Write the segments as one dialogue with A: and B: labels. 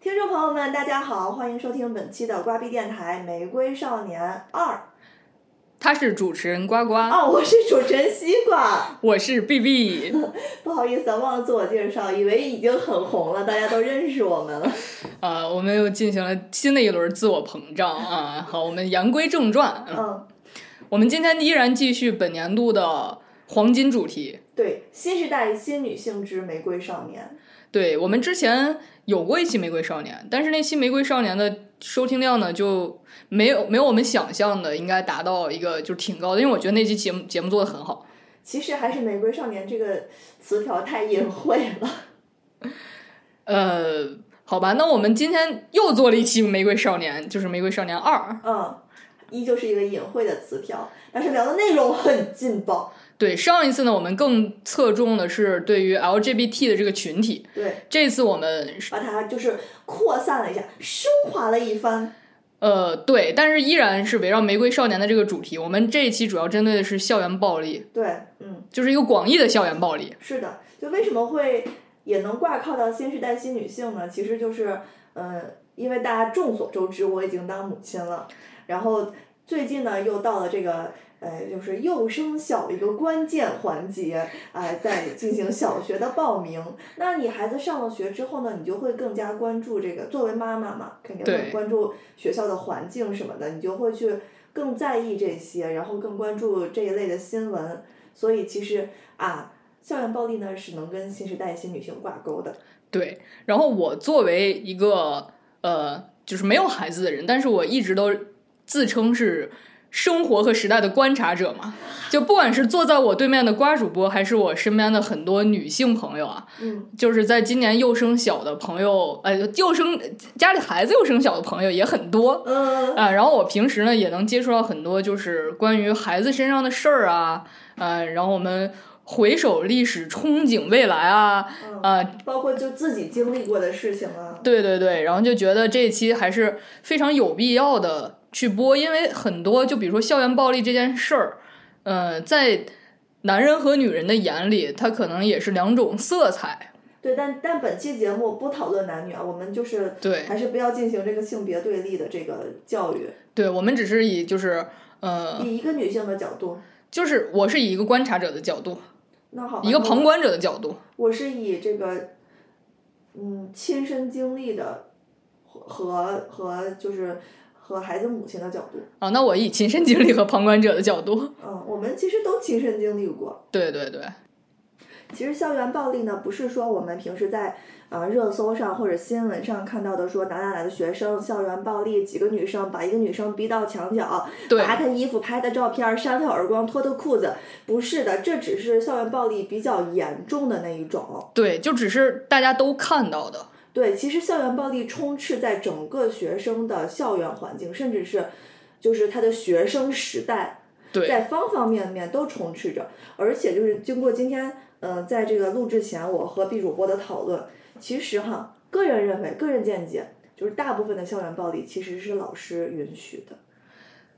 A: 听众朋友们，大家好，欢迎收听本期的瓜逼电台《玫瑰少年二
B: 他是主持人呱》呱，
A: 啊，我是主持人西瓜。
B: 我是 B B。
A: 不好意思啊，忘了自我介绍，以为已经很红了，大家都认识我们了。
B: 呃，我们又进行了新的一轮自我膨胀啊。好，我们言归正传，
A: 嗯，
B: 我们今天依然继续本年度的黄金主题。
A: 对，新时代新女性之玫瑰少年。
B: 对我们之前有过一期《玫瑰少年》，但是那期《玫瑰少年》的收听量呢，就没有没有我们想象的应该达到一个就挺高的，因为我觉得那期节目节目做的很好。
A: 其实还是“玫瑰少年”这个词条太隐晦了。
B: 呃，好吧，那我们今天又做了一期《玫瑰少年》，就是《玫瑰少年二》。
A: 嗯，依旧是一个隐晦的词条，但是聊的内容很劲爆。
B: 对，上一次呢，我们更侧重的是对于 LGBT 的这个群体，
A: 对，
B: 这次我们是
A: 把它就是扩散了一下，升华了一番。
B: 呃对，但是依然是围绕玫瑰少年的这个主题。我们这一期主要针对的是校园暴力，
A: 对，嗯。
B: 就是一个广义的校园暴力。
A: 是的，就为什么会也能挂靠到新时代新女性呢？其实就是，呃，因为大家众所周知，我已经当母亲了，然后最近呢又到了这个。呃，就是幼升小一个关键环节，哎、在进行小学的报名。那你孩子上了学之后呢，你就会更加关注这个，作为妈妈嘛，肯定会
B: 对
A: 关注学校的环境什么的，你就会去更在意这些，然后更关注这一类的新闻。所以其实啊，校园暴力呢是能跟新时代新女性挂钩的。
B: 对，然后我作为一个呃，就是没有孩子的人，但是我一直都自称是。生活和时代的观察者嘛，就不管是坐在我对面的瓜主播，还是我身边的很多女性朋友啊，
A: 嗯，
B: 就是在今年幼升小的朋友，呃，幼升家里孩子幼升小的朋友也很多
A: 嗯，
B: 啊、然后我平时呢也能接触到很多就是关于孩子身上的事儿啊，呃，然后我们回首历史，憧憬未来啊，啊、
A: 包括就自己经历过的事情啊。
B: 对对对，然后就觉得这一期还是非常有必要的去播，因为很多就比如说校园暴力这件事儿，呃，在男人和女人的眼里，它可能也是两种色彩，
A: 对，但但本期节目不讨论男女啊，我们就是
B: 对。
A: 还是不要进行这个性别对立的这个教育，
B: 对，我们只是以就是呃，
A: 以一个女性的角度。
B: 就是我是以一个观察者的角度，
A: 那好吧，
B: 一个
A: 那
B: 旁观者的角度，
A: 我是以这个，嗯，亲身经历的和和和就是和孩子母亲的角度，
B: 啊，那我以亲身经历和旁观者的角度，
A: 嗯，我们其实都亲身经历过。
B: 对对对，
A: 其实校园暴力呢，不是说我们平时在啊、呃热搜上或者新闻上看到的说哪哪哪的学生校园暴力，几个女生把一个女生逼到墙角，
B: 对
A: 拔她衣服、拍她照片、扇她耳光、脱她裤子，不是的，这只是校园暴力比较严重的那一种。
B: 对，就只是大家都看到的，
A: 对，其实校园暴力充斥在整个学生的校园环境，甚至是就是他的学生时代。
B: 对
A: 在方方面面都充斥着，而且就是经过今天，呃，在这个录制前，我和 B 主播的讨论，其实哈，个人认为，个人见解，就是大部分的校园暴力其实是老师允许的、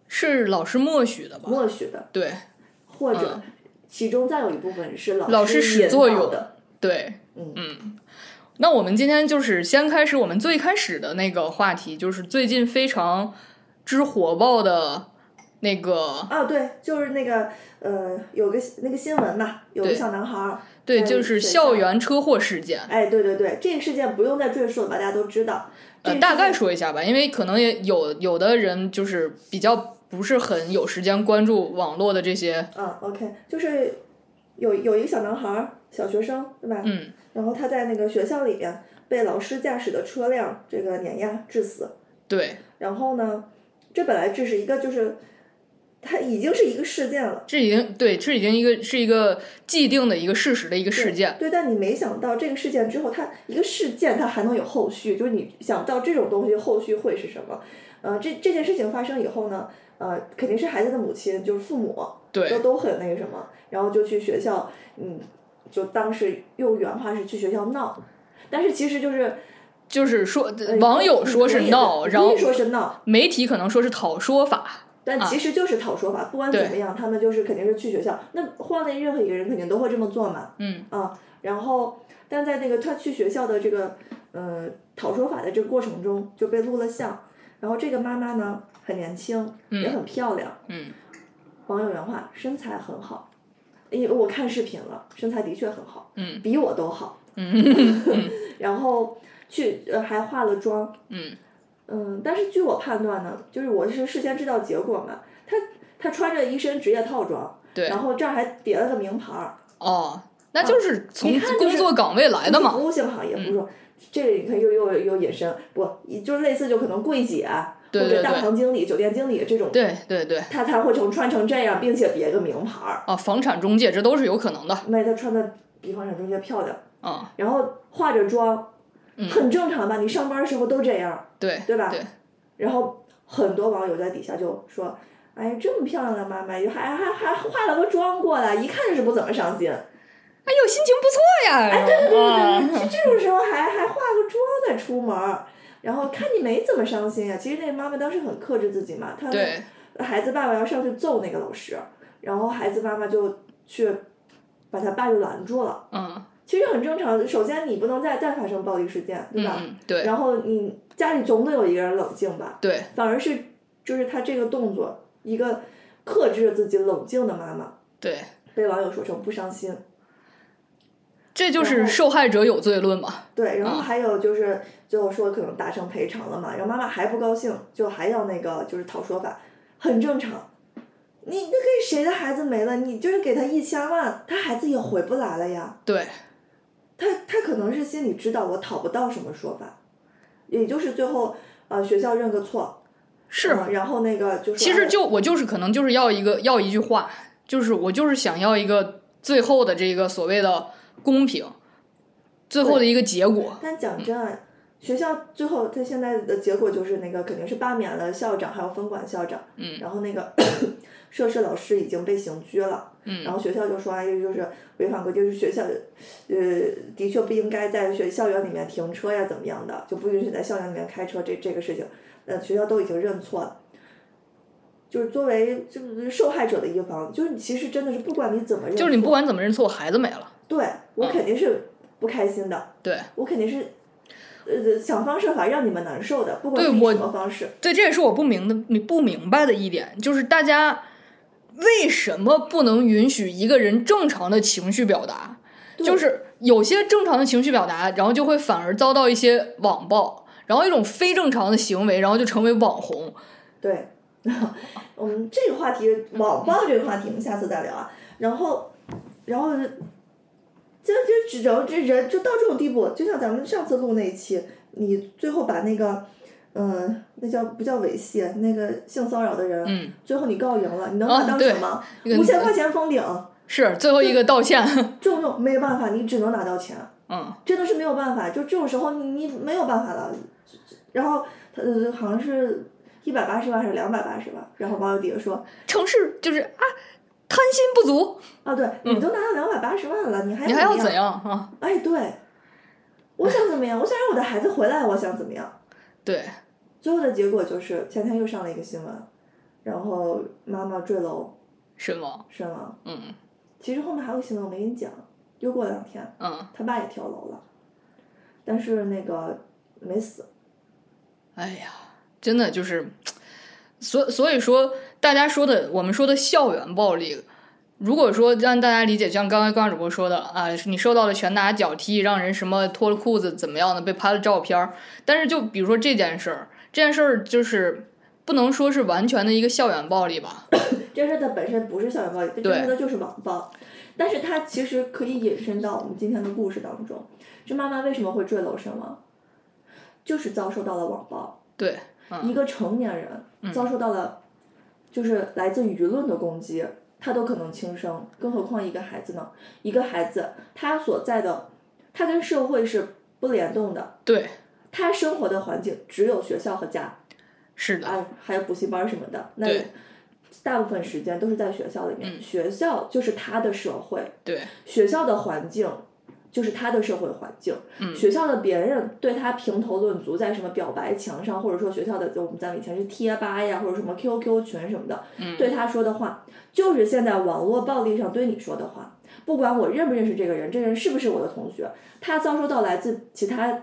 B: 是老师默许的吧？
A: 默许的，
B: 对
A: 或者其中再有一部分是
B: 嗯老
A: 师
B: 师
A: 引
B: 始
A: 导
B: 作俑
A: 的。
B: 对，
A: 嗯
B: 嗯。那我们今天就是先开始我们最开始的那个话题，就是最近非常之火爆的那个，
A: 啊，对，就是那个呃，有个那个新闻嘛，有个
B: 对
A: 小男孩儿，
B: 对，
A: 在
B: 就是
A: 学
B: 校
A: 校
B: 园车祸事件。
A: 哎，对对对，这个事件不用再赘述了吧，大家都知道。这
B: 呃，
A: 个
B: 大
A: 事
B: 概
A: 件
B: 说一下吧，因为可能也有有的人就是比较不是很有时间关注网络的这些，
A: 嗯，OK，就是有有一个小男孩儿，小学生，对吧？
B: 嗯，
A: 然后他在那个学校里边被老师驾驶的车辆这个碾压致死。
B: 对，
A: 然后呢，这本来这是一个就是，他已经是一个事件了。
B: 这已经对，这已经一个是一个既定的一个事实的一个事件，
A: 对，但你没想到这个事件之后，它一个事件它还能有后续，就是你想不到这种东西后续会是什么。呃，这这件事情发生以后呢，呃，肯定是孩子的母亲，就是父母，都
B: 对
A: 都很那个什么，然后就去学校，嗯，就当时用原话是去学校闹，但是其实就是
B: 就是说
A: 呃
B: 网友
A: 你
B: 说
A: 可
B: 是
A: 以
B: 闹，
A: 你
B: 然后啊
A: 可以说是闹，
B: 媒体可能说是讨说法，
A: 但其实就是讨说法。不管怎么样，他们就是肯定是去学校，那换了任何一个人肯定都会这么做嘛，
B: 嗯
A: 啊，然后但在那个他去学校的这个呃讨说法的这个过程中就被录了像。然后这个妈妈呢很年轻，也很漂亮。
B: 嗯
A: 网友原话：身材很好，因为我看视频了，身材的确很好，
B: 嗯
A: 比我都好。
B: 嗯
A: 然后去呃还化了妆，
B: 嗯
A: 嗯，但是据我判断呢，就是我是事先知道结果嘛，她她穿着一身职业套装，
B: 对
A: 然后这儿还叠了个名牌儿，
B: 哦，那就是从
A: 啊你看就是
B: 工作岗位来的嘛嗯
A: 服，务性行业不是说。这个你看又又又引申，不就是类似就可能柜姐啊、
B: 对
A: 或
B: 对
A: 者大
B: 对
A: 堂经理、酒店经理这种，
B: 对对对，
A: 她才会成穿成这样，并且别个名牌儿。
B: 啊，房产中介这都是有可能的，
A: 那她穿的比房产中介漂亮，
B: 啊，
A: 然后化着妆，很正常吧？你上班的时候都这样，
B: 对
A: 对吧？
B: 嗯对
A: 然后很多网友在底下就说：“哎，这么漂亮的妈妈，还还还化了个妆过来，一看就是不怎么上心。
B: 哎呦，心情不错呀！哎，对
A: 这这种时候还还化个妆再出门儿，然后看你没怎么伤心呀、啊其实那个妈妈当时很克制自己嘛，她
B: 对
A: 孩子爸爸要上去揍那个老师，然后孩子妈妈就去把他爸就拦住了。
B: 嗯
A: 其实很正常，首先你不能再再发生暴力事件，对吧？
B: 嗯，对
A: 然后你家里总得有一个人冷静吧。
B: 对，
A: 反而是就是他这个动作，一个克制自己冷静的妈妈，
B: 对，
A: 被网友说成不伤心。
B: 这就
A: 然
B: 是
A: 后
B: 受害者有罪论嘛。
A: 对，然后
B: 啊
A: 还有就是最后说可能达成赔偿了嘛，然后妈妈还不高兴，就还要那个就是讨说法，很正常。你那给谁的孩子没了？你就是给他一千万，他孩子也回不来了呀。
B: 对，
A: 他他可能是心里知道我讨不到什么说法，也就是最后呃学校认个错，
B: 是
A: 嗯然后那个就说
B: 其
A: 哎
B: 实就我就是可能就是要一个要一句话，就是我就是想要一个最后的这个所谓的公平，最后的一个结果。
A: 但讲真啊，学校最后他现在的结果就是那个肯定是罢免了校长，还有分管校长，
B: 嗯
A: 然后那个 涉事老师已经被刑拘了，
B: 嗯
A: 然后学校就说啊，这就是违反规定，就是学校，呃，的确不应该在学校园里面停车呀，怎么样的，就不允许在校园里面开车这这个事情，呃，学校都已经认错了。就是作为就是受害者的一方，就是你其实真的是不管你怎么认错，
B: 就是你不管怎么认错，孩子没了。
A: 对我肯定是不开心的，
B: 嗯对
A: 我肯定是，呃，想方设法让你们难受的，不管
B: 对
A: 用
B: 我
A: 什么方式。
B: 对，这也是我不明的，你不明白的一点，就是大家为什么不能允许一个人正常的情绪表达？
A: 对
B: 就是有些正常的情绪表达，然后就会反而遭到一些网暴，然后一种非正常的行为，然后就成为网红。
A: 对， 我们这个话题，网暴这个话题，我们下次再聊啊。然后，然后，这这只能这人就到这种地步，就像咱们上次录那一期，你最后把那个，嗯、那叫不叫猥亵？那个性骚扰的人，
B: 嗯
A: 最后你告赢了，你能
B: 啊
A: 拿到
B: 对
A: 什么？
B: 那个
A: 五千块钱封顶，
B: 是最后一个道歉。
A: 重用没有办法，你只能拿到钱。
B: 嗯，
A: 真的是没有办法，就这种时候你你没有办法了。然后他呃好像是一百八十万还是两百八十万，然后网友底下说
B: 城市就是啊，贪心不足，
A: 啊，对你都拿到两百八十万了，你还
B: 你还要
A: 怎么
B: 怎
A: 哎样？
B: 样啊？
A: 哎，对，我想怎么样？我想让我的孩子回来，我想怎么样？
B: 对，
A: 最后的结果就是前天又上了一个新闻，然后妈妈坠楼
B: 身亡。
A: 身亡。
B: 嗯
A: 其实后面还有个新闻我没跟你讲，又过两天
B: 嗯，
A: 他爸也跳楼了，但是那个没死。
B: 哎呀，真的就是，所所以说，大家说的我们说的校园暴力，如果说让大家理解，像刚才刚刚主播说的啊，你受到了拳打脚踢，让人什么脱了裤子怎么样的，被拍了照片儿。但是就比如说这件事儿，这件事儿就是不能说是完全的一个校园暴力吧？
A: 这事儿它本身不是校园暴力，它
B: 对
A: 真正的就是网暴，但是它其实可以引申到我们今天的故事当中。这妈妈为什么会坠楼身亡？就是遭受到了网暴，
B: 对，
A: 一个成年人遭受到了就是来自舆论的攻击，他都可能轻生，更何况一个孩子呢？一个孩子他所在的，他跟社会是不联动的，
B: 对，
A: 他生活的环境只有学校和家，
B: 是的，
A: 哎，还有补习班什么的，那
B: 对
A: 大部分时间都是在学校里面。学校就是他的社会，
B: 对，
A: 学校的环境就是他的社会环境。
B: 嗯
A: 学校的别人对他评头论足，在什么表白墙上，或者说学校的就我们在以前是贴吧呀，或者什么 QQ 群什么的，
B: 嗯
A: 对他说的话，就是现在网络暴力上对你说的话。不管我认不认识这个人，这个人是不是我的同学，他遭受到来自其他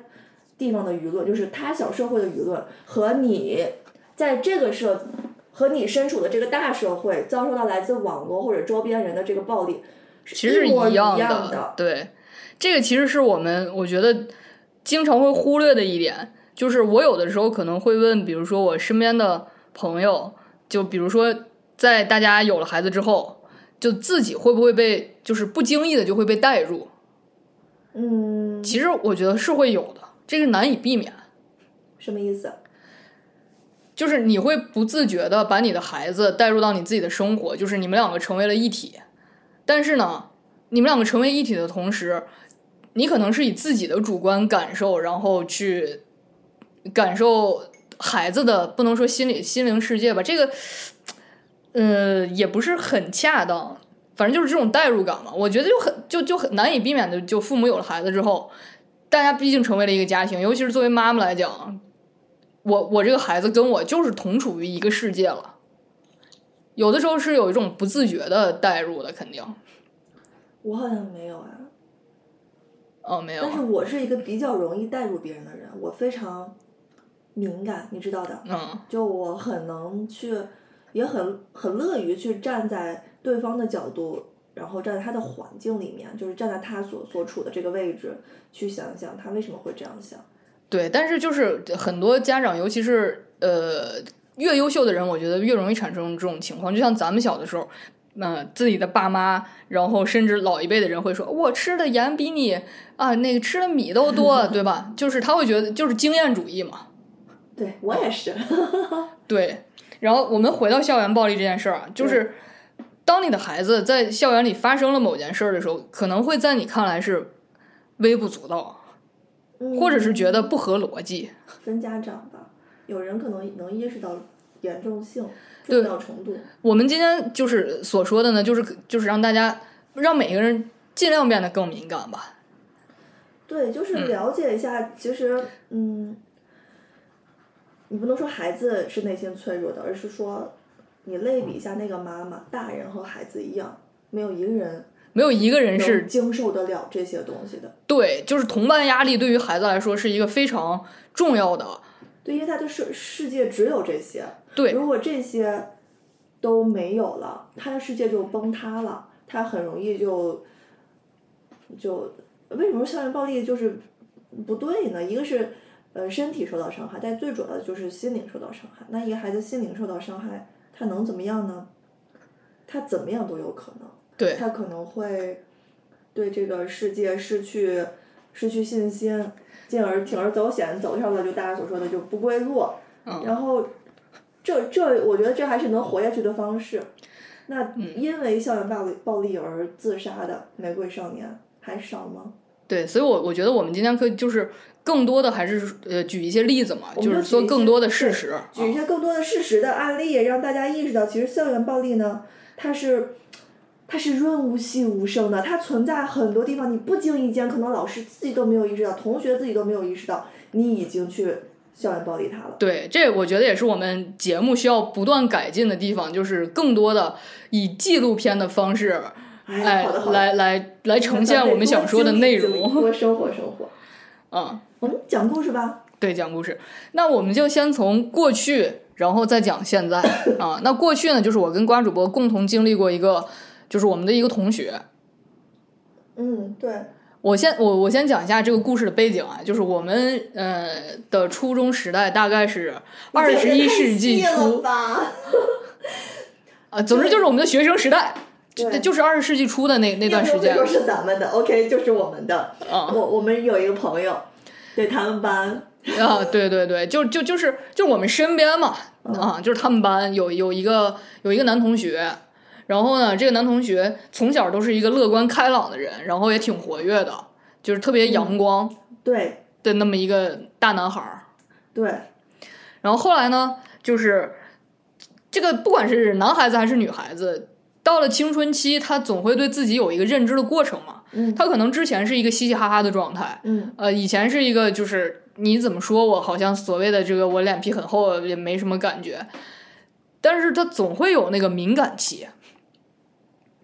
A: 地方的舆论，就是他小社会的舆论和你在这个社和你身处的这个大社会遭受到来自网络或者周边人的这个暴力，
B: 其实是
A: 一模一
B: 样
A: 样
B: 的。对，这个其实是我们我觉得经常会忽略的一点，就是我有的时候可能会问，比如说我身边的朋友，就比如说在大家有了孩子之后，就自己会不会被就是不经意的就会被带入？
A: 嗯，
B: 其实我觉得是会有的，这个难以避免。
A: 什么意思？
B: 就是你会不自觉的把你的孩子带入到你自己的生活，就是你们两个成为了一体。但是呢，你们两个成为一体的同时，你可能是以自己的主观感受，然后去感受孩子的，不能说心理心灵世界吧，这个，呃，也不是很恰当。反正就是这种代入感嘛，我觉得就很就就很难以避免的，就父母有了孩子之后，大家毕竟成为了一个家庭，尤其是作为妈妈来讲，我我这个孩子跟我就是同处于一个世界了。有的时候是有一种不自觉的代入的，肯定。
A: 我好像没有啊，
B: 哦，没有
A: 但是
B: 啊，
A: 我是一个比较容易带入别人的人，我非常敏感，你知道的。
B: 嗯，
A: 就我很能去，也很很乐于去站在对方的角度，然后站在他的环境里面，就是站在他所所处的这个位置去想一想他为什么会这样想。
B: 对。但是就是很多家长，尤其是呃越优秀的人，我觉得越容易产生这种情况。就像咱们小的时候，呃，自己的爸妈，然后甚至老一辈的人会说：“我吃的盐比你啊，那个吃的米都多， 对吧？”就是他会觉得就是经验主义嘛。
A: 对我也是，
B: 对，然后我们回到校园暴力这件事儿啊，就是当你的孩子在校园里发生了某件事儿的时候，可能会在你看来是微不足道， 或者是觉得不合逻辑。
A: 分家长吧，有人可能能意识到严重性、
B: 对
A: 重要程度。
B: 我们今天就是所说的呢，就是就是让大家让每个人尽量变得更敏感吧。
A: 对，就是了解一下，其实，嗯，你不能说孩子是内心脆弱的，而是说你类比一下那个妈妈，大人和孩子一样，没有一个人
B: 没有一个人是
A: 能经受得了这些东西的。
B: 对，就是同伴压力对于孩子来说是一个非常重要的。
A: 对，因为他的世世界只有这些。
B: 对
A: 如果这些都没有了，他的世界就崩塌了，他很容易就就为什么校园暴力就是不对呢？一个是呃身体受到伤害，但最主要的就是心灵受到伤害。那一个孩子心灵受到伤害，他能怎么样呢？他怎么样都有可能。
B: 对
A: 他可能会对这个世界失去失去信心，进而铤而走险，走上了就大家所说的就不归路。然后这这，我觉得这还是能活下去的方式。那因为校园暴力暴力而自杀的玫瑰少年还少吗？
B: 对，所以我，我觉得我们今天可以就是更多的还是呃举一些例子嘛，
A: 我
B: 就
A: 们
B: 是
A: 就
B: 说
A: 举一
B: 更
A: 些
B: 多的事
A: 对
B: 实。
A: 举一
B: 啊
A: 些更多的事实的案例，让大家意识到，其实校园暴力呢，它是它是润物细无声的，它存在很多地方，你不经意间，可能老师自己都没有意识到，同学自己都没有意识到，你已经去校园暴力他了。
B: 对，这我觉得也是我们节目需要不断改进的地方，就是更多的以纪录片的方式，哎，
A: 哎，好的好的，
B: 来来来呈现我们想说的 内容
A: 多生活生 活。
B: 啊、
A: 嗯我们讲故事吧，
B: 对，讲故事。那我们就先从过去，然后再讲现在啊。那过去呢，就是我跟瓜主播共同经历过一个，就是我们的一个同学，
A: 嗯，对，
B: 我先我我先讲一下这个故事的背景啊，就是我们呃的初中时代大概是二十一世纪
A: 太细了
B: 初
A: 吧，
B: 啊，总之就是我们的学生时代，就
A: 对
B: 就是二十世纪初的那那段时间
A: 就，是咱们的，OK，就是我们的。
B: 啊
A: 我我们有一个朋友，对他们班，
B: 啊，对对对，就就就是就是我们身边嘛，
A: 嗯
B: 啊，就是他们班有有一个有一个男同学，然后呢，这个男同学从小都是一个乐观开朗的人，然后也挺活跃的，就是特别
A: 嗯
B: 阳光
A: 对
B: 的那么一个大男孩儿。
A: 对，
B: 然后后来呢，就是这个不管是男孩子还是女孩子，到了青春期，他总会对自己有一个认知的过程嘛。
A: 嗯
B: 他可能之前是一个嘻嘻哈哈的状态，
A: 嗯
B: 呃，以前是一个就是你怎么说我好像所谓的这个我脸皮很厚也没什么感觉，但是他总会有那个敏感期。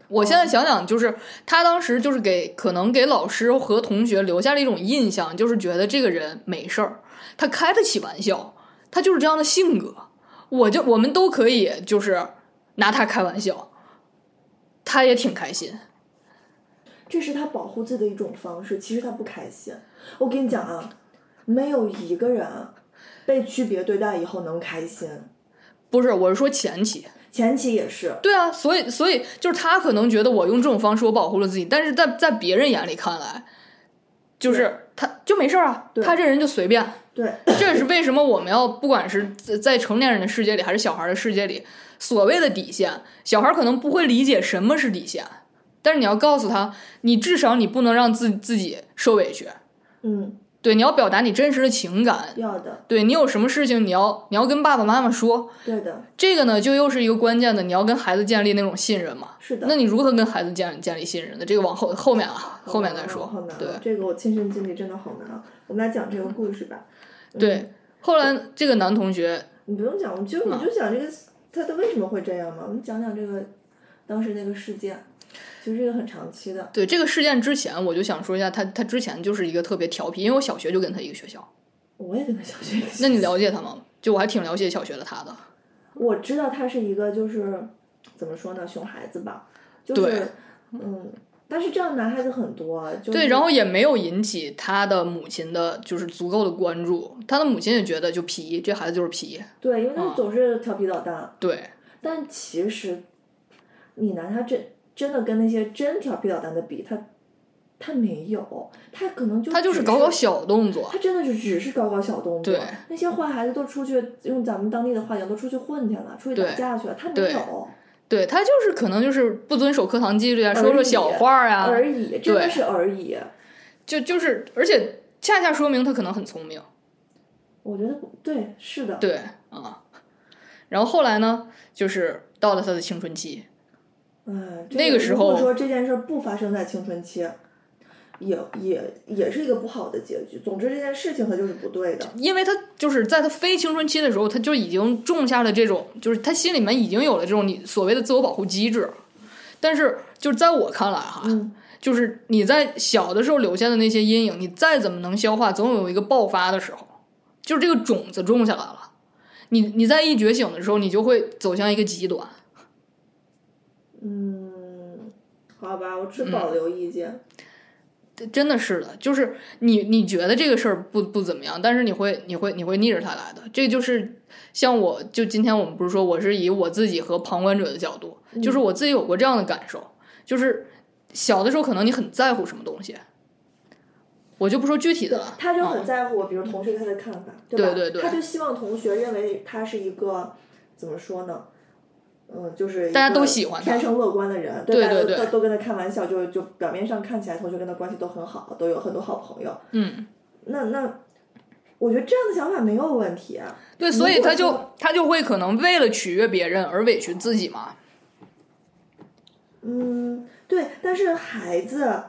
B: 我现在想想，就是他当时就是给可能给老师和同学留下了一种印象，就是觉得这个人没事儿，他开得起玩笑，他就是这样的性格，我就我们都可以就是拿他开玩笑，他也挺开心。
A: 这是他保护自己的一种方式。其实他不开心。我跟你讲啊，没有一个人被区别对待以后能开心。
B: 不是，我是说前期，
A: 前期也是，
B: 对啊，所以所以就是他可能觉得我用这种方式我保护了自己，但是在在别人眼里看来，就是他就没事儿啊，他这人就随便。
A: 对，
B: 这也是为什么我们要不管是在在成年人的世界里，还是小孩的世界里，所谓的底线，小孩可能不会理解什么是底线，但是你要告诉他，你至少你不能让自自己受委屈，
A: 嗯，
B: 对，你要表达你真实的情感，
A: 要的，
B: 对你有什么事情你要你要跟爸爸妈妈说，
A: 对的，
B: 这个呢就又是一个关键的，你要跟孩子建立那种信任嘛。
A: 是的。
B: 那你如何跟孩子建建立信任呢？这个往后后面啊，后面再
A: 好
B: 说
A: 难啊。
B: 对，
A: 这个我亲身经历真的好难啊。我们来讲这个故事吧。
B: 对，后来这个男同学，
A: 你不用讲，我就你就讲这个他他为什么会这样嘛？我们讲讲这个当时那个事件，其实这个很长期的。
B: 对这个事件之前，我就想说一下他，他之前就是一个特别调皮，因为我小学就跟他一个学校。
A: 我也跟他小学一个
B: 那你了解他吗？就我还挺了解小学的他的。
A: 我知道他是一个就是怎么说呢，熊孩子吧，就是嗯，但是这样男孩子很多啊，就是、
B: 对，然后也没有引起他的母亲的，就是足够的关注。他的母亲也觉得就皮，这孩子就是皮。
A: 对，因为
B: 嗯
A: 他总是调皮捣蛋，
B: 对，
A: 但其实你拿他真真的跟那些真调皮捣蛋的比，他他没有，他可能就
B: 他就是
A: 只
B: 搞搞小动作。
A: 他真的就只是搞搞小动作
B: 对，
A: 那些坏孩子都出去用咱们当地的话讲，都出去混去了，出去打
B: 对
A: 架去了，他没
B: 对
A: 有
B: 对他就是可能就是不遵守课堂纪律啊，
A: 而
B: 说说
A: 已
B: 小话啊，
A: 而已，真的
B: 对
A: 是而已。
B: 就就是，而且恰恰说明他可能很聪明，
A: 我觉得不对，是的，
B: 对啊。然后后来呢，就是到了他的青春期，
A: 嗯，这
B: 那个时
A: 如果
B: 候
A: 说这件事儿不发生在青春期，也也也是一个不好的结局。总之，这件事情它就是不对的。
B: 因为他就是在他非青春期的时候，他就已经种下了这种，就是他心里面已经有了这种你所谓的自我保护机制。但是，就是在我看来哈，
A: 嗯，
B: 就是你在小的时候留下的那些阴影，你再怎么能消化，总有一个爆发的时候，就是这个种子种下来了。你你在一觉醒的时候，你就会走向一个极端。
A: 嗯，好吧，我
B: 嗯
A: 持保留意见。
B: 真的是的，就是你你觉得这个事儿不不怎么样，但是你会你会你会逆着它来的。这就是像我就今天我们不是说我是以我自己和旁观者的角度，
A: 嗯
B: 就是我自己有过这样的感受，就是小的时候可能你很在乎什么东西，我就不说具体的了，
A: 他就很
B: 啊
A: 在乎，比如同学对他的看法，吧？
B: 对对对
A: 他就希望同学认为他是一个怎么说呢？嗯，就是
B: 大家
A: 一个
B: 都喜欢他
A: 天生乐观的人，
B: 对
A: 大家都
B: 对对
A: 都都跟他开玩笑，就就表面上看起来同学跟他关系都很好，都有很多好朋友。
B: 嗯，
A: 那那，我觉得这样的想法没有问题啊。
B: 对，所以他
A: 如
B: 就
A: 果
B: 他就会可能为了取悦别人而委屈自己嘛，
A: 嗯，对，但是孩子，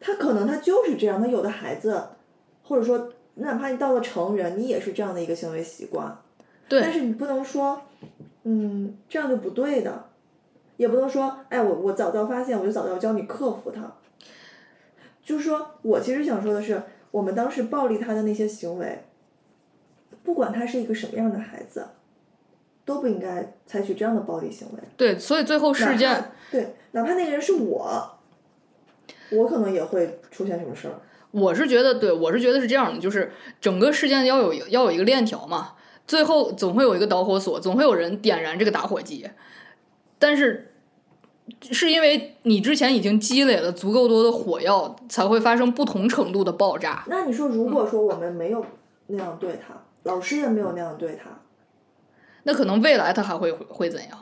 A: 他可能他就是这样，他有的孩子，或者说哪怕你到了成人，你也是这样的一个行为习惯。
B: 对
A: 但是你不能说，嗯，这样就不对的，也不能说，哎，我我早早发现，我就早早教你克服它。就是说我其实想说的是，我们当时暴力他的那些行为，不管他是一个什么样的孩子，都不应该采取这样的暴力行为。
B: 对，所以最后事
A: 哪
B: 件
A: 怕对，哪怕那个人是我，我可能也会出现什么事儿。
B: 我是觉得，对我是觉得是这样的，就是整个事件要有要有一个链条嘛，最后总会有一个导火索，总会有人点燃这个打火机，但是是因为你之前已经积累了足够多的火药，才会发生不同程度的爆炸。
A: 那你说，如果说我们没有那样对他，老师也没有那样对他，
B: 那可能未来它还会会怎样？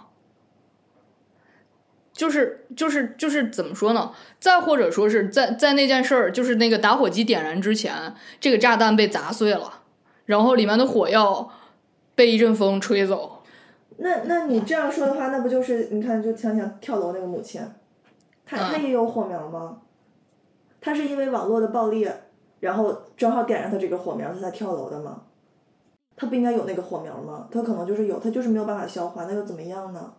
B: 就是就是就是怎么说呢？再或者说是在在那件事儿，就是那个打火机点燃之前，这个炸弹被砸碎了，然后里面的火药被一阵风吹走。
A: 那那你这样说的话，那不就是你看，就想想跳楼那个母亲，她
B: 嗯
A: 她也有火苗吗？她是因为网络的暴力，然后正好点燃她这个火苗，她才跳楼的吗？她不应该有那个火苗吗？她可能就是有，她就是没有办法消化，那又怎么样呢？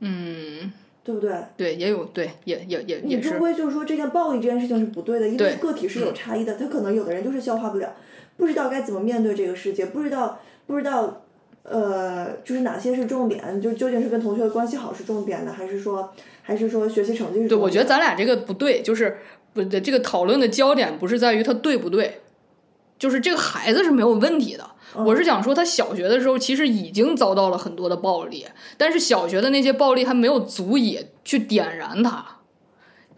B: 嗯，
A: 对不对？
B: 对，也有对，也也也也
A: 你终
B: 是，
A: 归就是说，这件暴力这件事情是不对的，因
B: 对嗯
A: 为个体是有差异的，他可能有的人就是消化不了，不知道该怎么面对这个世界，不知道不知道，呃，就是哪些是重点，就究竟是跟同学的关系好是重点呢，还是说还是说学习成绩是重点？
B: 对我觉得咱俩这个不对，就是不对，这个讨论的焦点不是在于他对不对，就是这个孩子是没有问题的。我是想说，他小学的时候其实已经遭到了很多的暴力，但是小学的那些暴力还没有足以去点燃他，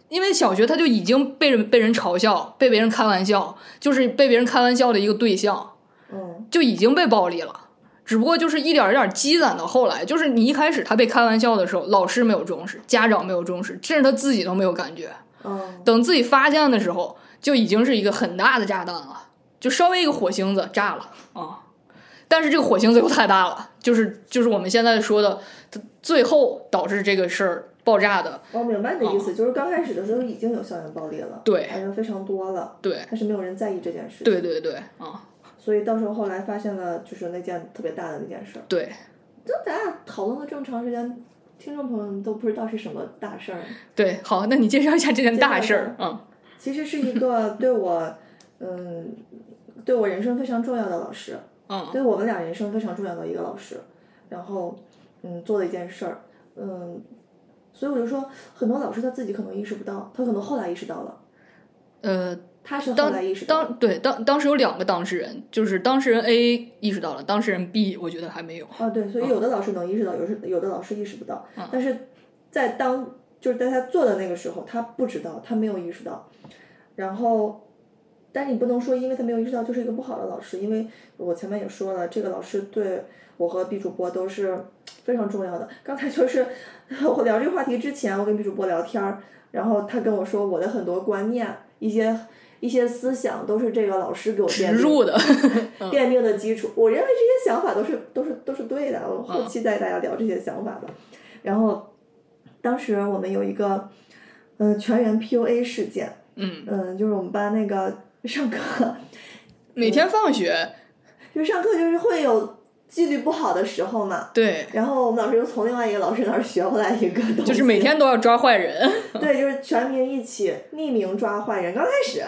B: 因为小学他就已经被人被人嘲笑，被别人开玩笑，就是被别人开玩笑的一个对象。
A: 嗯，
B: 就已经被暴力了，只不过就是一点儿一点儿积攒到后来，就是你一开始他被开玩笑的时候，老师没有重视，家长没有重视，甚至他自己都没有感觉。
A: 嗯
B: 等自己发现的时候，就已经是一个很大的炸弹了，就稍微一个火星子炸了啊、但是这个火星子又太大了，就是就是我们现在说的，它最后导致这个事儿爆炸的，
A: 我明白你的意思，就是刚开始的时候已经有校园暴力了，
B: 对
A: 还人非常多了，
B: 对
A: 但是没有人在意这件事，
B: 对，对对啊、
A: 所以到时候后来发现了就是那件特别大的那件事儿，
B: 对
A: 就咱俩讨论了这么长时间，听众朋友们都不知道是什么大事儿。
B: 对，好，那你介绍一下这件大事儿，嗯
A: 其实是一 个对我，嗯，对我人生非常重要的老师，
B: 嗯
A: 对我们俩人生非常重要的一个老师。然后，嗯，做了一件事儿，嗯，所以我就说，很多老师他自己可能意识不到，他可能后来意识到了，
B: 呃，
A: 他是后来意识到了。
B: 当对当当时有两个当事人，就是当事人 A 意识到了，当事人 B 我觉得还没有。
A: 啊，对，所以有的老师能意识到，有时有的老师意识不到，
B: 嗯
A: 但是在当就是在他做的那个时候，他不知道，他没有意识到，然后。但你不能说，因为他没有意识到，就是一个不好的老师。因为我前面也说了，这个老师对我和 B 主播都是非常重要的。刚才就是 我聊这个话题之前，我跟 B 主播聊天儿，然后他跟我说我的很多观念、一些一些思想都是这个老师给我植
B: 植 入的，嗯
A: 奠定的基础。我认为这些想法都是都是都是对的，
B: 嗯
A: 我后期带大家聊这些想法吧。然后，当时我们有一个，嗯、全员 PUA 事件，
B: 嗯，
A: 嗯、就是我们班那个上课，
B: 每天放学，
A: 就上课就是会有纪律不好的时候嘛。
B: 对，
A: 然后我们老师就从另外一个老师那儿学回来一个东西，
B: 就是每天都要抓坏人，
A: 对，就是全民一起匿名抓坏人。刚开始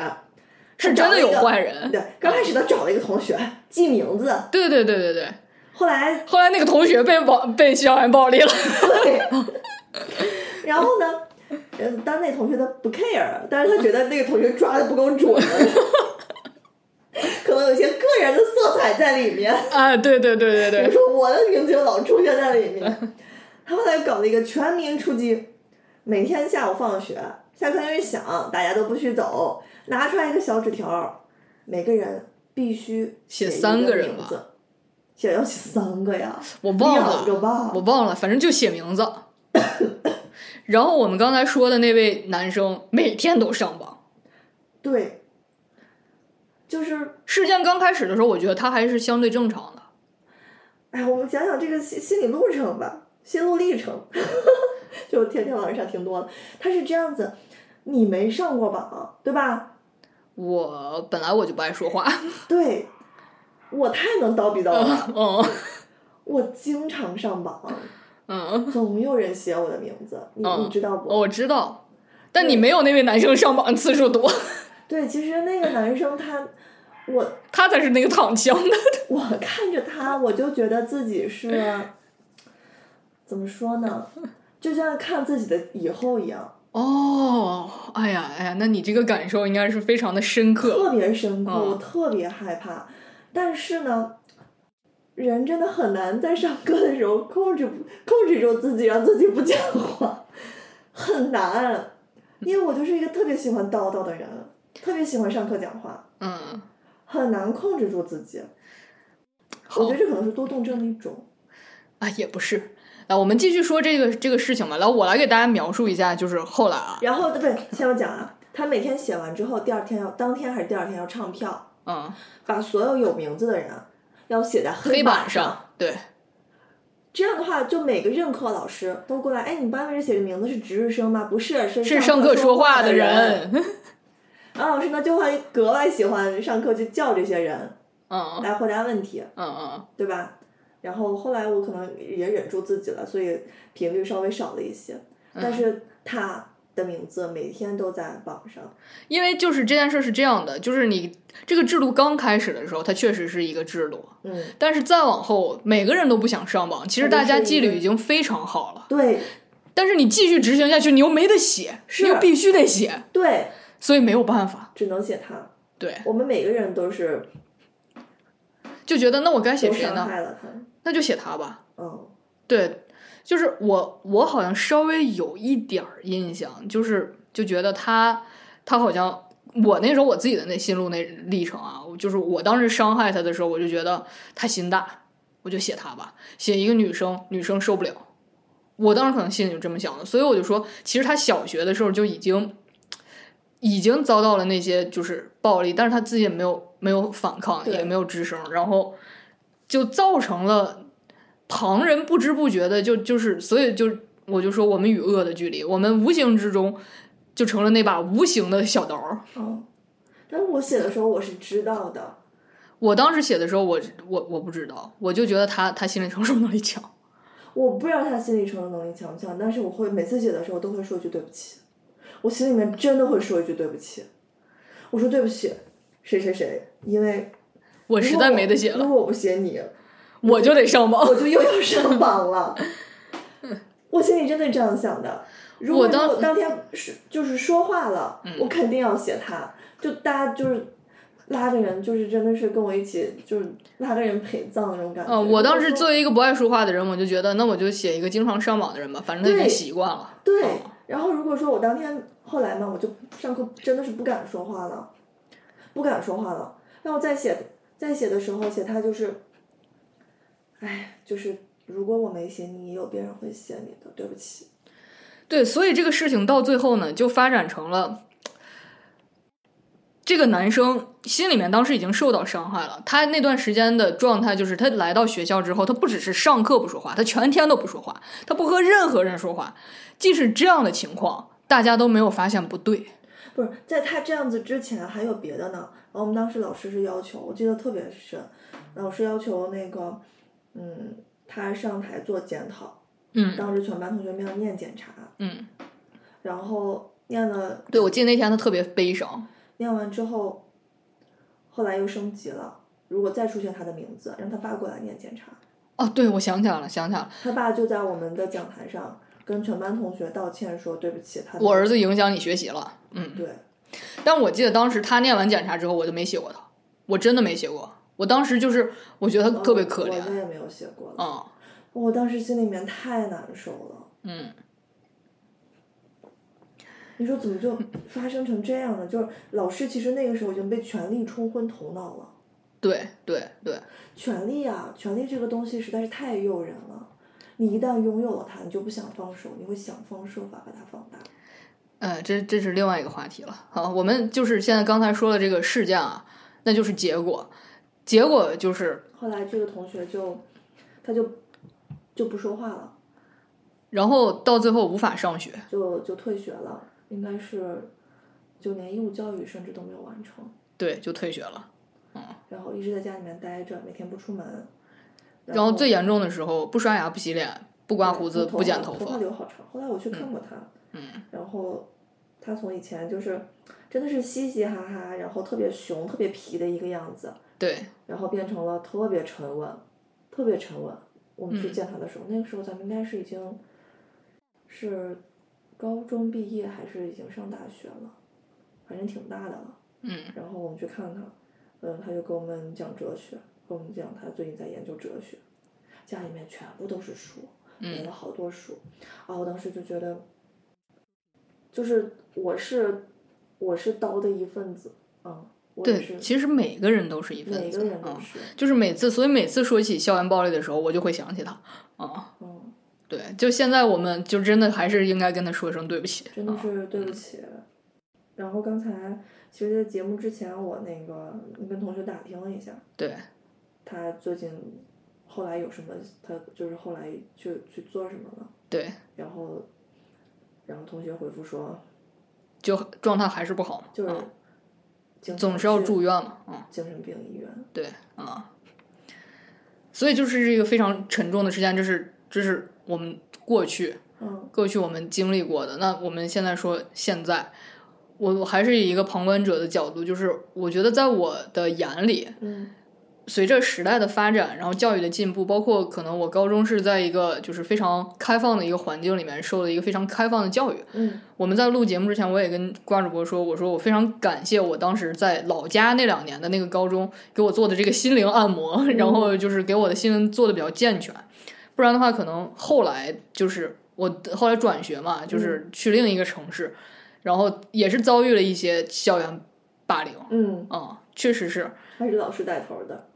B: 是真的
A: 啊
B: 有坏
A: 他找了一个
B: 人。
A: 对，刚开始他找了一个同学记名字，
B: 对对对对对，
A: 后来
B: 后来那个同学被暴被校园暴力了，
A: 对，然后呢，呃，当那同学他不 care，但是他觉得那个同学抓的不够准，可能有一些个人的色彩在里面，
B: 啊，对对对对
A: 比如
B: 对，
A: 说我的名字就老出现在里面。他后来搞了一个全民出击，每天下午放学，下课铃一响，大家都不许走，拿出来一个小纸条儿，每个人必须
B: 写
A: 一
B: 三
A: 个
B: 个人
A: 名
B: 吧
A: 字，写要写三个呀，
B: 我忘
A: 两个
B: 了，
A: 吧，
B: 我忘了，反正就写 名字。然后我们刚才说的那位男生每天都上榜，
A: 对，就是
B: 事件刚开始的时候，我觉得他还是相对正常的，
A: 哎，我们讲讲这个心心理路程吧，心路历程， 就天天往上上挺多了。他是这样子，你没上过榜，对吧？
B: 我本来我就不爱说话，
A: 对，我太能叨逼叨了，
B: 嗯
A: 我经常上榜，
B: 嗯，
A: 总有人写我的名字，你你
B: 嗯
A: 知道
B: 哦
A: 不？
B: 我知道，但你没有那位男生上榜次数多，
A: 对，其实那个男生他，我
B: 他才是那个躺枪的。
A: 我看着他，我就觉得自己 是，怎么说呢？就像看自己的以后一样，
B: 哦，哎呀哎呀，那你这个感受应该是非常的深刻。
A: 特别深刻，
B: 嗯
A: 我特别害怕。但是呢，人真的很难在上课的时候控制不控制住自己，让自己不讲话，很难。因为我就是一个特别喜欢叨叨的人，特别喜欢上课讲话，
B: 嗯，
A: 很难控制住自己。我
B: 好
A: 觉得这可能是多动症的一种。
B: 啊，也不是。啊，我们继续说这个这个事情吧。然后我来给大家描述一下，就是后来啊，
A: 然后对，先我讲啊，他每天写完之后，第二天要当天还是第二天要唱票，
B: 嗯，
A: 把所有有名字的人啊要写在
B: 黑板
A: 板
B: 上，对，
A: 这样的话，就每个任课老师都过来，哎，你班为这写的名字是值日生吗？不是，是
B: 是
A: 上
B: 上课说
A: 说
B: 话
A: 的
B: 的。人。
A: 然后老师呢就会格外喜欢上课去叫这些人
B: 嗯
A: 来回答问题，
B: 嗯嗯，
A: 对吧？然后后来我可能也忍住自己了，所以频率稍微少了一些。
B: 嗯
A: 但是他的名字每天都在榜上。
B: 因为就是这件事是这样的，就是你这个制度刚开始的时候，它确实是一个制度，
A: 嗯，
B: 但是再往后，每个人都不想上榜。其实大家纪律已经非常好了，
A: 对
B: 但是你继续执行下去，你又没得写，
A: 是
B: 你又必须得写，
A: 对，
B: 所以没有办法，
A: 只能写他。
B: 对，
A: 我们每个人都是
B: 就觉得那我该写
A: 都
B: 谁
A: 伤
B: 呢？
A: 害了他。
B: 那就写他吧。
A: 嗯，
B: 对，就是我，我好像稍微有一点儿印象，就是就觉得他，他好像。我那时候我自己的那心路那历程啊，我就是我当时伤害他的时候，我就觉得他心大，我就写他吧，写一个女生，女生受不了。我当时可能心里就这么想的，所以我就说，其实他小学的时候就已经已经遭到了那些就是暴力，但是他自己也没有没有反抗，
A: 对
B: 也没有吱声，然后就造成了旁人不知不觉的就就是，所以就我就说我们与恶的距离，我们无形之中就成了那把无形的小刀。
A: 嗯，但是我写的时候我是知道的，
B: 我当时写的时候我，我我不知道，我就觉得他他心理承受能力强。
A: 我不知道他心理承受能力强不强，但是我会每次写的时候都会说一句对不起，我心里面真的会说一句对不起，我说对不起，谁谁谁，因为
B: 我
A: 如
B: 实
A: 果
B: 在
A: 我
B: 没得写
A: 如
B: 了，
A: 果我不写你，
B: 我就得上榜。
A: 我就又要上榜 了。我心里真的这样想的。如果
B: 我当
A: 当
B: 嗯
A: 当天是就是说话了，我肯定要写他。就大家就是拉着人，就是真的是跟我一起，就是拉着人陪葬那种感觉。
B: 嗯， 我当时
A: 就
B: 作为一个不爱说话的人，我就觉得那我就写一个经常上榜的人吧，反正他已经
A: 对
B: 习惯了。
A: 对
B: 嗯。
A: 然后如果说我当天后来嘛，我就上课真的是不敢说话了，不敢说话了。那我再写再写的时候写他就是，哎，就是如果我没写你，有别人会写你的，对不起。
B: 对，所以这个事情到最后呢，就发展成了这个男生心里面当时已经受到伤害了。他那段时间的状态就是，他来到学校之后，他不只是上课不说话，他全天都不说话，他不和任何人说话。即使这样的情况，大家都没有发现不对。
A: 不是在他这样子之前还有别的呢。然后我们当时老师是要求，我记得特别深，老师要求那个，嗯，他上台做检讨，
B: 嗯
A: 当时全班同学没有念检查，
B: 嗯，
A: 然后念了
B: 对，我记得那天他特别悲伤。
A: 念完之后，后来又升级了。如果再出现他的名字，让他爸过来念检查。
B: 哦，对，我想起来了，想起来了，
A: 他爸就在我们的讲台上跟全班同学道歉说对不起，他的
B: 我儿子影响你学习了。嗯，
A: 对，
B: 但我记得当时他念完检查之后，我就没写过他，我真的没写过。我当时就是我觉得他特别可怜
A: 我，再也没有写过了。
B: 嗯
A: 我当时心里面太难受了。
B: 嗯，
A: 你说怎么就发生成这样呢？就是老师其实那个时候已经被权力冲昏头脑了。
B: 对对对，
A: 权力啊，权力这个东西实在是太诱人了。你一旦拥有了它，你就不想放手，你会想方设法把它放大。
B: 呃，这这是另外一个话题了。好，我们就是现在刚才说的这个事件啊，那就是结果，结果就是，
A: 后来这个同学就，他就就不说话了，
B: 然后到最后无法上学。
A: 就就退学了，应该是九年义务教育甚至都没有完成，
B: 对，就退学了。
A: 然后一直在家里面待着，每天不出门。
B: 然后最严重的时候，不刷牙、不洗脸、不刮胡子、
A: 对
B: 不剪头
A: 头
B: 发嗯
A: 发，留好长。后来我去看过他，然后他从以前就是真的是嘻嘻哈哈，然后特别熊、特别皮的一个样子，
B: 对，
A: 然后变成了特别沉稳，特别沉稳。我们去
B: 嗯
A: 见他的时候，那个时候咱们应该是已经是高中毕业，还是已经上大学了，反正挺大的了。
B: 嗯。
A: 然后我们去看他，嗯，他就跟我们讲哲学，跟我们讲他最近在研究哲学，家里面全部都是书，
B: 嗯
A: 买了好多书，啊，我当时就觉得，就是我是我是刀的一份子，嗯，我也是
B: 对，其实每个人都是一
A: 每
B: 份
A: 个
B: 子
A: 人都
B: 啊，
A: 是，
B: 就是每次，所以每次说起校园暴力的时候，我就会想起他啊。
A: 嗯，
B: 对，就现在我们就真的还是应该跟他说一声对不起。
A: 真的
B: 啊
A: 是对不起。然后刚才其实，在节目之前，我那个跟同学打听了一下，
B: 对，
A: 他最近后来有什么，他就是后来去去做什么了。
B: 对，
A: 然后，然后同学回复说，
B: 就状态还是不好嘛，
A: 就是
B: 啊
A: 经常
B: 总是要
A: 去
B: 住院嘛，嗯，
A: 精神病医院。
B: 对，啊，所以就是这个非常沉重的事件，这是这是我们过去，
A: 嗯
B: 过去我们经历过的。那我们现在说现在，我我还是以一个旁观者的角度，就是我觉得在我的眼里，
A: 嗯
B: 随着时代的发展，然后教育的进步，包括可能我高中是在一个就是非常开放的一个环境里面受了一个非常开放的教育。
A: 嗯
B: 我们在录节目之前，我也跟瓜主播说，我说我非常感谢我当时在老家那两年的那个高中给我做的这个心灵按摩，然后就是给我的心灵做的比较健全，不然的话，可能后来就是我后来转学嘛，就是去另一个城市，然后也是遭遇了一些校园霸凌，
A: 嗯，
B: 嗯，确实是，
A: 还是老师带头的。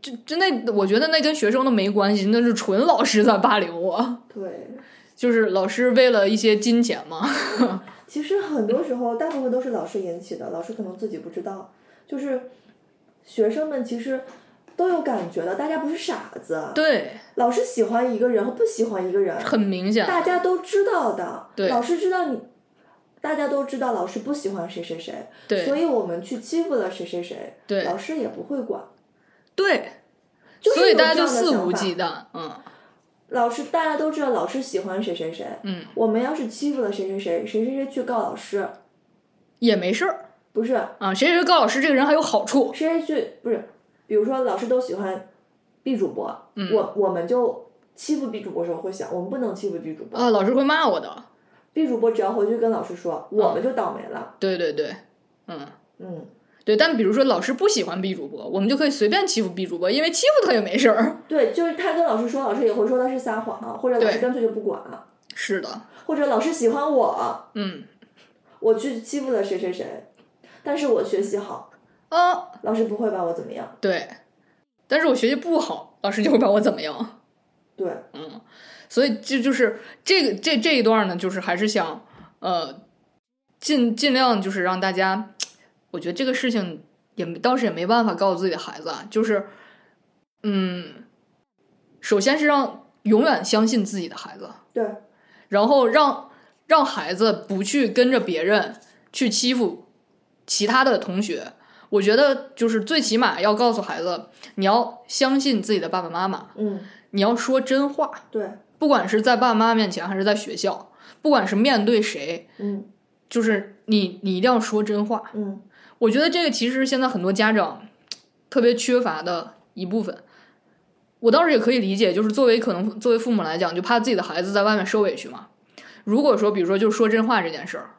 B: 就就那，我觉得那跟学生都没关系，那是纯老师在霸凌我，
A: 对，
B: 就是老师为了一些金钱嘛。
A: 其实很多时候，大部分都是老师引起的，老师可能自己不知道。就是学生们其实都有感觉的，大家不是傻子。
B: 对，
A: 老师喜欢一个人和不喜欢一个人，
B: 很明显。
A: 大家都知道的。
B: 对
A: 老师知道你，大家都知道老师不喜欢谁谁谁，所
B: 对
A: 以我们去欺负了谁谁谁，
B: 对
A: 老师也不会管。
B: 对，
A: 就是
B: 所以
A: 有
B: 大家
A: 这
B: 就
A: 样的
B: 肆
A: 想
B: 无
A: 法
B: 忌惮。嗯，
A: 老师大家都知道老师喜欢谁谁谁，
B: 嗯，
A: 我们要是欺负了谁谁谁，谁谁谁去告老师，
B: 也没事儿
A: 不是
B: 啊。谁谁高老师这个人还有好处？
A: 谁谁去不是，比如说老师都喜欢 B 主播，
B: 嗯
A: 我我们就欺负 B 主播的时候会想，我们不能欺负 B 主播、
B: 啊，老师会骂我的。
A: b 主播只要回去跟老师说，我们就倒霉了，
B: 对对对，嗯。
A: 嗯，
B: 对，但比如说老师不喜欢 B 主播，我们就可以随便欺负 B 主播，因为欺负他也没事儿。
A: 嗯 对，就是他跟老师说，老师也会说他是撒谎，啊或者老师
B: 对
A: 干脆就不管，啊
B: 是的，
A: 或者老师喜欢我，
B: 嗯，
A: 我去欺负了谁谁谁，但是我学习好，
B: 啊，
A: 老师不会把我怎么样，
B: 对。但是我学习不好，老师就会把我怎么样？嗯
A: 对，
B: 所以这就是这个这这一段呢，就是还是想呃，尽尽量就是让大家，我觉得这个事情也倒是也没办法告诉自己的孩子啊，就是嗯，首先是让永远相信自己的孩子，
A: 对，
B: 然后让让孩子不去跟着别人去欺负其他的同学。我觉得就是最起码要告诉孩子，你要相信自己的爸爸妈妈，
A: 嗯，
B: 你要说真话。
A: 对，
B: 不管是在爸妈面前还是在学校，不管是面对谁，
A: 嗯
B: 就是你你一定要说真话。
A: 嗯。
B: 我觉得这个其实现在很多家长特别缺乏的一部分。我当时也可以理解，就是作为可能作为父母来讲，就怕自己的孩子在外面受委屈嘛。如果说，比如说就是说真话这件事儿，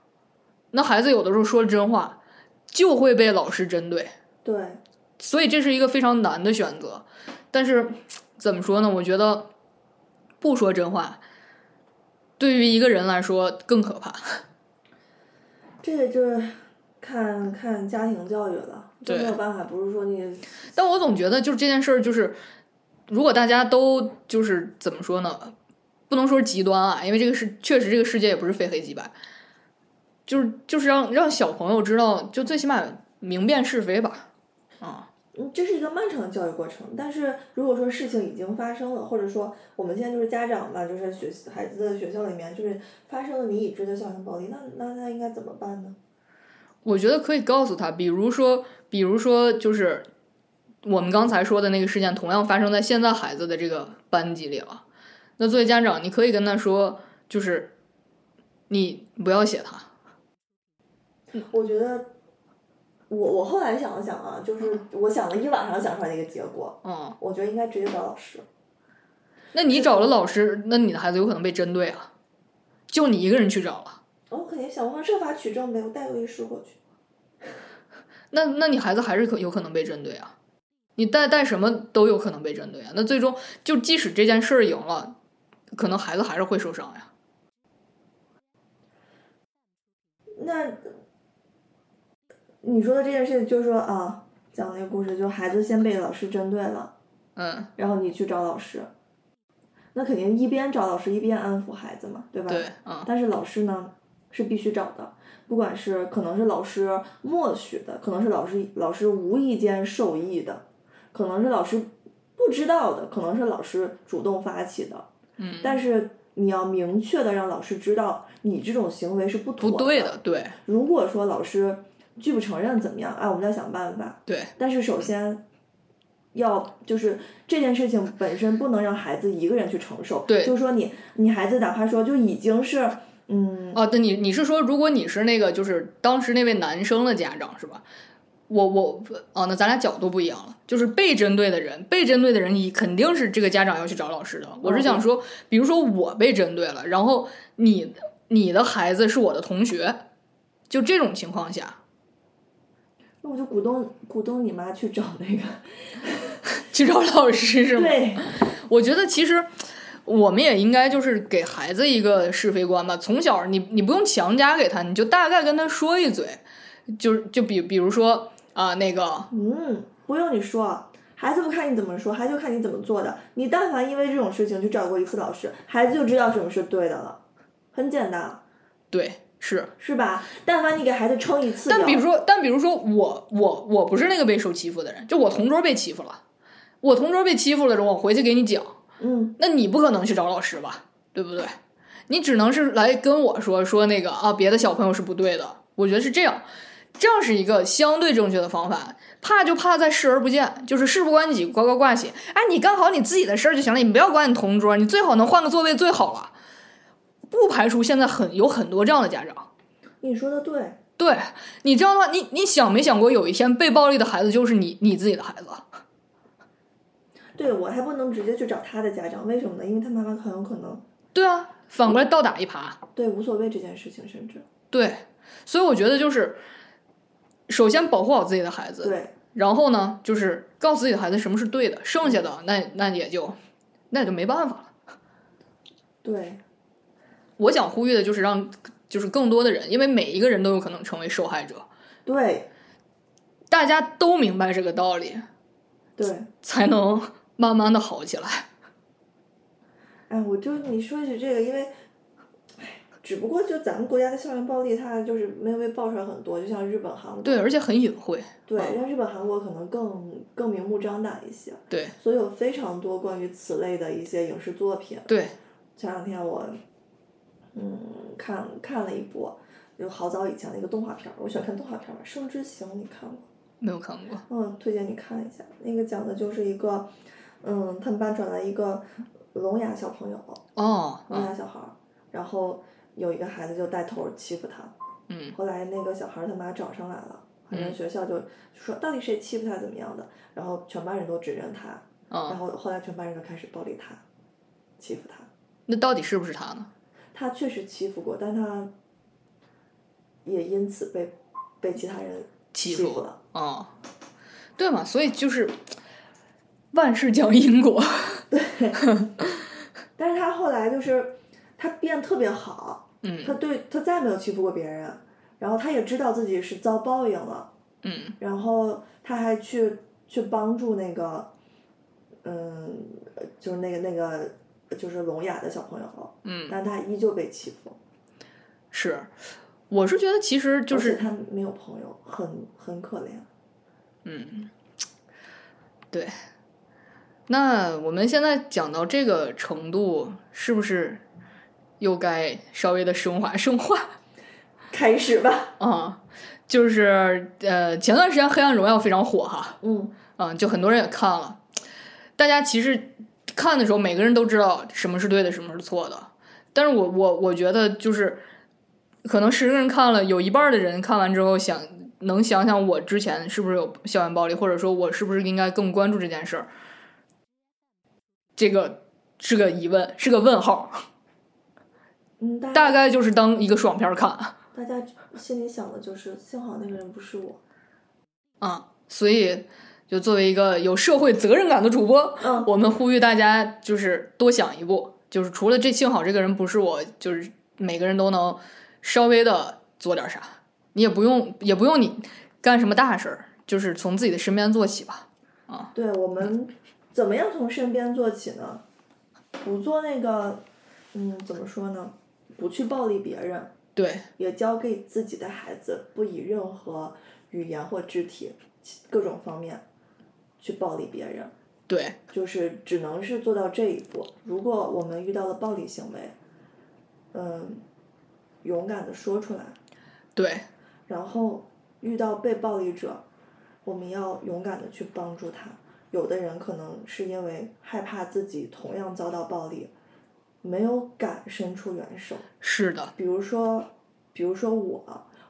B: 那孩子有的时候说真话就会被老师针对，
A: 对，
B: 所以这是一个非常难的选择。但是怎么说呢？我觉得不说真话，对于一个人来说更可怕。
A: 这个就是看看家庭教育了，这
B: 对
A: 没有办法，不是说你
B: 但我总觉得就是这件事儿，就是如果大家都就是怎么说呢？不能说是极端啊，因为这个是确实这个世界也不是非黑即白，就是就是让让小朋友知道，就最起码明辨是非吧。啊、
A: 嗯这是一个漫长的教育过程。但是如果说事情已经发生了，或者说我们现在就是家长嘛，就是学习孩子的学校里面就是发生了你已知的校园暴力，那那那应该怎么办呢？
B: 我觉得可以告诉他，比如说，比如说，就是我们刚才说的那个事件，同样发生在现在孩子的这个班级里了。那作为家长，你可以跟他说，就是你不要写他，
A: 我觉得。我我后来想了想啊，就是我想了一晚上想出来的一个结果，
B: 嗯，
A: 我觉得应该直接找老师。
B: 那你找了老师，那你的孩子有可能被针对啊，就你一个人去找啊了，
A: 我肯定想方设法取证呗，我带个律师过去。
B: 那那你孩子还是可有可能被针对啊，你带带什么都有可能被针对啊。那最终就即使这件事儿赢了，可能孩子还是会受伤呀。
A: 那你说的这件事，就是说啊，讲那个故事，就孩子先被老师针对了，
B: 嗯，
A: 然后你去找老师，那肯定一边找老师一边安抚孩子嘛，对吧？
B: 对，嗯，
A: 但是老师呢是必须找的，不管是可能是老师默许的，可能是老师老师无意间授意的，可能是老师不知道的，可能是老师主动发起的。
B: 嗯，
A: 但是你要明确的让老师知道，你这种行为是不妥
B: 不对的，对
A: 如果说老师拒不承认怎么样，哎，我们再想办法。
B: 对
A: 但是首先，要就是这件事情本身不能让孩子一个人去承受。
B: 对
A: 就是说你你孩子哪怕说就已经是嗯
B: 哦，对，你你是说，如果你是那个就是当时那位男生的家长是吧？我我哦，那咱俩角度不一样了，就是被针对的人，被针对的人，你肯定是这个家长要去找老师的。我是想说，比如说我被针对了，然后你你的孩子是我的同学，就这种情况下，
A: 那我就鼓动鼓动你妈去找那个，
B: 去找老师 是吗？
A: 对，
B: 我觉得其实我们也应该就是给孩子一个是非观吧，从小你你不用强加给他，你就大概跟他说一嘴，就是就比比如说啊、那个
A: 嗯，不用你说，孩子不看你怎么说，孩子就看你怎么做的。你但凡因为这种事情去找过一次老师，孩子就知道什么是对的了，很简单，
B: 对是，
A: 是吧？但凡你给孩子撑一次
B: 但
A: 腰，
B: 比如说但比如说我我我不是那个被受欺负的人，就我同桌被欺负了，我同桌被欺负了之后，我回去给你讲，
A: 嗯，
B: 那你不可能去找老师吧，对不对？你只能是来跟我说说那个啊，别的小朋友是不对的。我觉得是这样，这样是一个相对正确的方法。怕就怕在视而不见，就是事不关己，高高挂起。哎，你干好你自己的事儿就行了，你不要管你同桌，你最好能换个座位最好了。不排除现在很有很多这样的家长，
A: 你说的对，
B: 对你这样的话，你你想没想过有一天被暴力的孩子就是你你自己的孩子？
A: 对我还不能直接去找他的家长，为什么呢？因为他妈妈很有可能
B: 对啊，反过来倒打一耙。
A: 对无所谓这件事情，甚至
B: 对，所以我觉得就是，首先保护好自己的孩子，
A: 对
B: 然后呢，就是告诉自己的孩子什么是对的，剩下的那那也就那也就没办法了。
A: 对，
B: 我想呼吁的就是让，就是更多的人，因为每一个人都有可能成为受害者，
A: 对
B: 大家都明白这个道理，
A: 对，
B: 才能慢慢的好起来。
A: 哎，我就你说起这个，因为，唉只不过就咱们国家的校园暴力，它就是没有被爆出来很多，就像日本、韩国，
B: 对，而且很隐晦。
A: 对，像日本、韩国可能更更明目张胆一些，
B: 对
A: 所以有非常多关于此类的一些影视作品。
B: 对，
A: 前两天我，嗯，看看了一部，就好早以前的一个动画片儿，我喜欢看动画片儿嘛，《圣之行》你看过？
B: 没有看过。
A: 嗯，推荐你看一下，那个讲的就是一个，嗯，他们班转来一个聋哑小朋友，
B: 哦，
A: 聋哑小孩儿，然后有一个孩子就带头欺负他，
B: 嗯
A: 后来那个小孩儿他妈找上来了，反正
B: 嗯
A: 学校就说到底谁欺负他怎么样的，然后全班人都指认他，然
B: 嗯，
A: 后后来全班人都开始暴力他，欺负他，
B: 那到底是不是他呢？
A: 他确实欺负过，但他也因此被被其他人
B: 欺
A: 负
B: 负
A: 了，
B: 哦，对嘛，所以就是万事讲因果。
A: 但是他后来就是他变得特别好，
B: 嗯
A: 他对他再没有欺负过别人，然后他也知道自己是遭报应了。
B: 嗯
A: 然后他还去去帮助那个，嗯，呃就是那个那个就是聋哑的小朋友，
B: 嗯，
A: 但他依旧被欺负，
B: 是，我是觉得其实就
A: 而且
B: 是
A: 他没有朋友，很很可怜。
B: 嗯，对。那我们现在讲到这个程度，是不是又该稍微的升华升华
A: 开始吧，
B: 啊？就是呃，前段时间《黑暗荣耀》非常火哈，
A: 嗯，
B: 嗯，就很多人也看了。大家其实看的时候，每个人都知道什么是对的，什么是错的。但是我我我觉得就是，可能十个人看了，有一半儿的人看完之后想能想想我之前是不是有校园暴力，或者说我是不是应该更关注这件事儿。这个是个疑问，是个问号，
A: 嗯，大
B: 大
A: 家
B: 概就是当一个爽片儿看
A: 大家心里想的就是，幸好那个人不是我。
B: 啊。所以，就作为一个有社会责任感的主播，
A: 嗯，
B: 我们呼吁大家就是多想一步，就是除了这幸好这个人不是我，就是每个人都能稍微的做点啥，你也不用也不用你干什么大事儿，就是从自己的身边做起吧。
A: 对我们怎么样从身边做起呢？不做那个，嗯，怎么说呢？不去暴力别人，
B: 对
A: 也教给自己的孩子不以任何语言或肢体其各种方面去暴力别人，
B: 对，
A: 就是只能是做到这一步。如果我们遇到了暴力行为，嗯，勇敢的说出来，
B: 对，
A: 然后遇到被暴力者，我们要勇敢的去帮助他，有的人可能是因为害怕自己同样遭到暴力，没有敢伸出援手。
B: 是的，
A: 比如说，比如说我，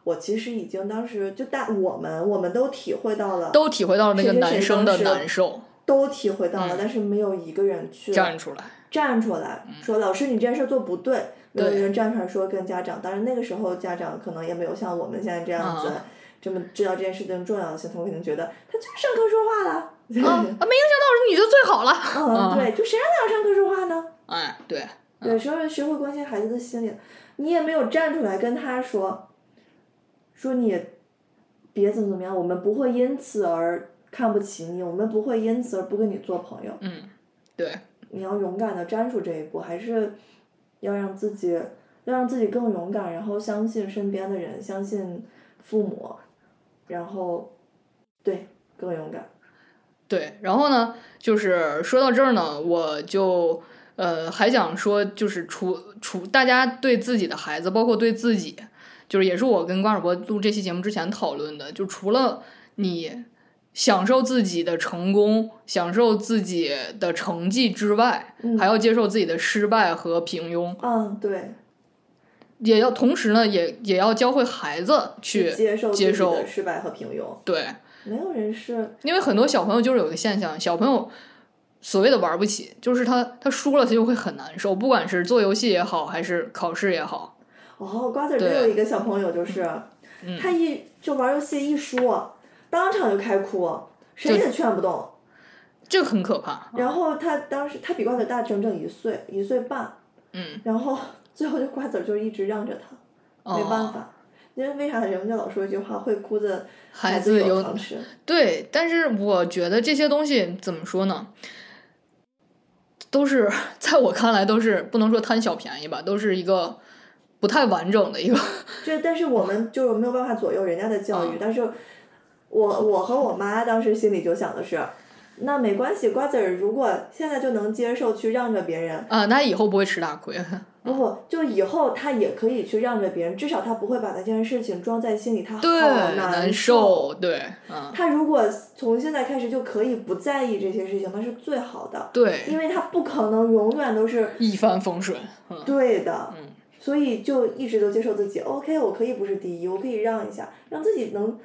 A: 我其实已经当时就大我们我们都体会到了，
B: 都体会到了那个
A: 谁谁谁
B: 男生的
A: 当时
B: 难受，
A: 都体会到了，但是没有一个人去
B: 站嗯出来。
A: 站出来说：“老师，你这件事做不嗯对。”没有
B: 对
A: 人站出来说跟家长，当然那个时候家长可能也没有像我们现在这样子，
B: 啊
A: 这么知道这件事情的重要性，他们可能觉得他就是上课说话了，
B: 啊， 没影响到老师你就最好了。
A: 哦嗯，对，就谁让他上课说话呢？
B: 哎，对，
A: 对，时候学会关心孩子的心理，你也没有站出来跟他说，说你别怎么怎么样，我们不会因此而看不起你，我们不会因此而不跟你做朋友。
B: 嗯，对，
A: 你要勇敢的站出这一步，还是要让自己要让自己更勇敢，然后相信身边的人，相信父母，然后对更勇敢。
B: 对，然后呢，就是说到这儿呢，我就呃还想说，就是除除大家对自己的孩子，包括对自己，就是也是我跟瓜主播录这期节目之前讨论的，就除了你享受自己的成功、享受自己的成绩之外，
A: 嗯
B: 还要接受自己的失败和平庸，
A: 嗯，对，
B: 也要同时呢，也也要教会孩子去
A: 接受自己
B: 接受
A: 的失败和平庸，
B: 对。
A: 没有人是
B: 因为很多小朋友就是有一个现象，小朋友所谓的玩不起，就是他他输了他就会很难受，不管是做游戏也好，还是考试也好，
A: 哦，瓜子儿
B: 对嗯
A: 真有一个小朋友，就是、他一就玩游戏一输，当场就开哭，谁也劝不动。
B: 这个很可怕。
A: 然后他当时他比瓜子儿大整整一岁，一岁半。
B: 嗯，
A: 然后最后就瓜子儿就一直让着他，
B: 哦、
A: 没办。法。因为为啥人们就老说一句话，会哭的
B: 孩
A: 子
B: 子有
A: 糖吃。
B: 对，但是我觉得这些东西怎么说呢？都是在我看来都是不能说贪小便宜吧，都是一个不太完整的一个。
A: 这但是我们就是没有办法左右人家的教
B: 哦
A: 育，但是我我和我妈当时心里就想的是，那没关系，瓜子儿如果现在就能接受去让着别人，
B: 啊，那以后不会吃大亏。
A: 不
B: 嗯
A: 不，就以后他也可以去让着别人，至少他不会把那件事情装在心里，他好
B: 对，
A: 难
B: 难受，对，嗯，
A: 他如果从现在开始就可以不在意这些事情，那是最好的，
B: 对，
A: 因为他不可能永远都是
B: 一帆风顺，嗯。
A: 对的。所以就一直都接受自己，OK，我可以不是第一，我可以让一下，让自己能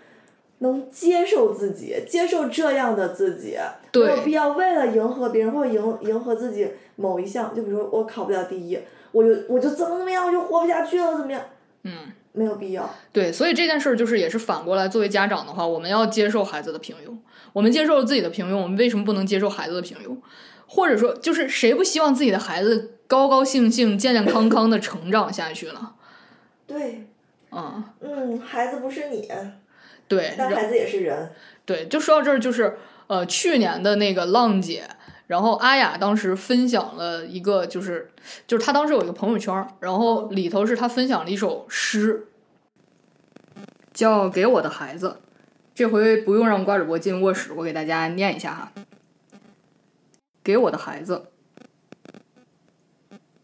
A: 能接受自己，接受这样的自己，没有
B: 对
A: 必要为了迎合别人或者迎迎合自己某一项，就比如说我考不了第一，我就我就怎么怎么样，我就活不下去了，怎么样？
B: 嗯，
A: 没有必要。
B: 对，所以这件事儿就是也是反过来，作为家长的话，我们要接受孩子的平庸，我们接受了自己的平庸，我们为什么不能接受孩子的平庸？或者说，就是谁不希望自己的孩子高高兴兴、健健康康的成长下去呢？
A: 对，
B: 嗯，
A: 嗯，孩子不是你，
B: 对，
A: 但孩子也是人。
B: 对，就说到这儿，就是呃，去年的那个浪姐，然后阿雅当时分享了一个，就是就是她当时有一个朋友圈儿，然后里头是她分享了一首诗，叫《给我的孩子》。这回不用让瓜主播进卧室，我给大家念一下哈。给我的孩子，